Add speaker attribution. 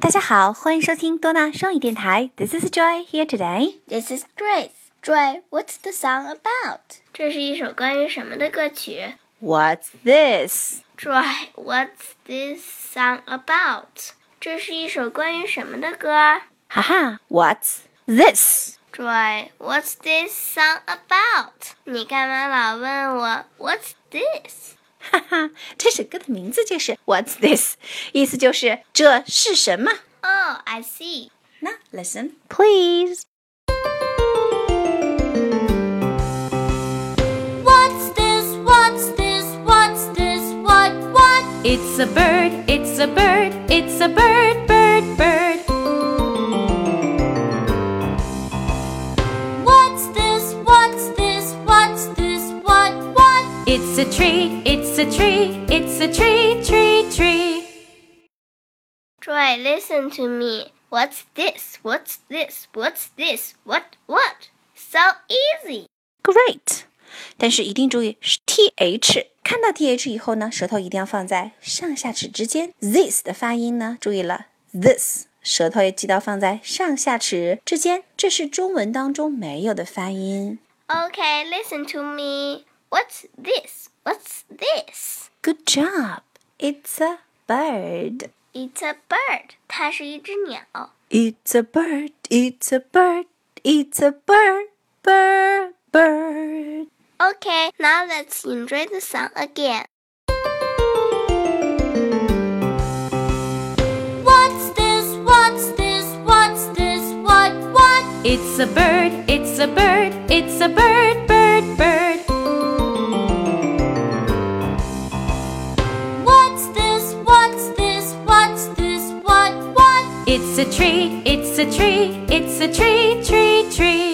Speaker 1: 大家好，欢迎收听多纳双语电台。This is Joy here today.
Speaker 2: This is Grace. Joy, what's the song about? 这是一首关于什么的歌曲
Speaker 1: What's this?
Speaker 2: ？Joy, what's this song about? 这是一首关于什么的歌
Speaker 1: 哈哈，What's this?
Speaker 2: ？Joy, what's this song about? 你干嘛老问我 What's this?
Speaker 1: 哈哈，这首歌的名字就是 What's this，意思就是这是什么。
Speaker 2: Oh, I see.
Speaker 1: 那 listen please.
Speaker 2: What's this? What's this? What's this? What? What?
Speaker 1: It's a bird. It's a bird. It's a bird. Bird. Bird.
Speaker 2: What's this? What's this? What's this? What? What?
Speaker 1: It's a tree. It's a tree. It's a tree. Tree. Tree.
Speaker 2: Joy, listen to me. What's this? What's this? What's this? What? What? So easy.
Speaker 1: Great，但是一定注意是 th，看到 th 以后呢，舌头一定要放在上下齿之间。this 的发音呢，注意了，this 舌头也记得放在上下齿之间，这是中文当中没有的发音。
Speaker 2: Okay, listen to me. What's this? What's this?
Speaker 1: Good job. It's a bird.
Speaker 2: It's a bird. 它是一只鸟。
Speaker 1: It's a bird. It's a bird. It's a bird. Bird. Bird.
Speaker 2: Okay, now let's enjoy the song again. What's this? What's this? What's this? What? What?
Speaker 1: It's a bird. It's a bird. It's a bird. Bird. Bird.
Speaker 2: What's this? What's this? What's this? What? What?
Speaker 1: It's a tree, it's a tree, it's a tree, tree, tree.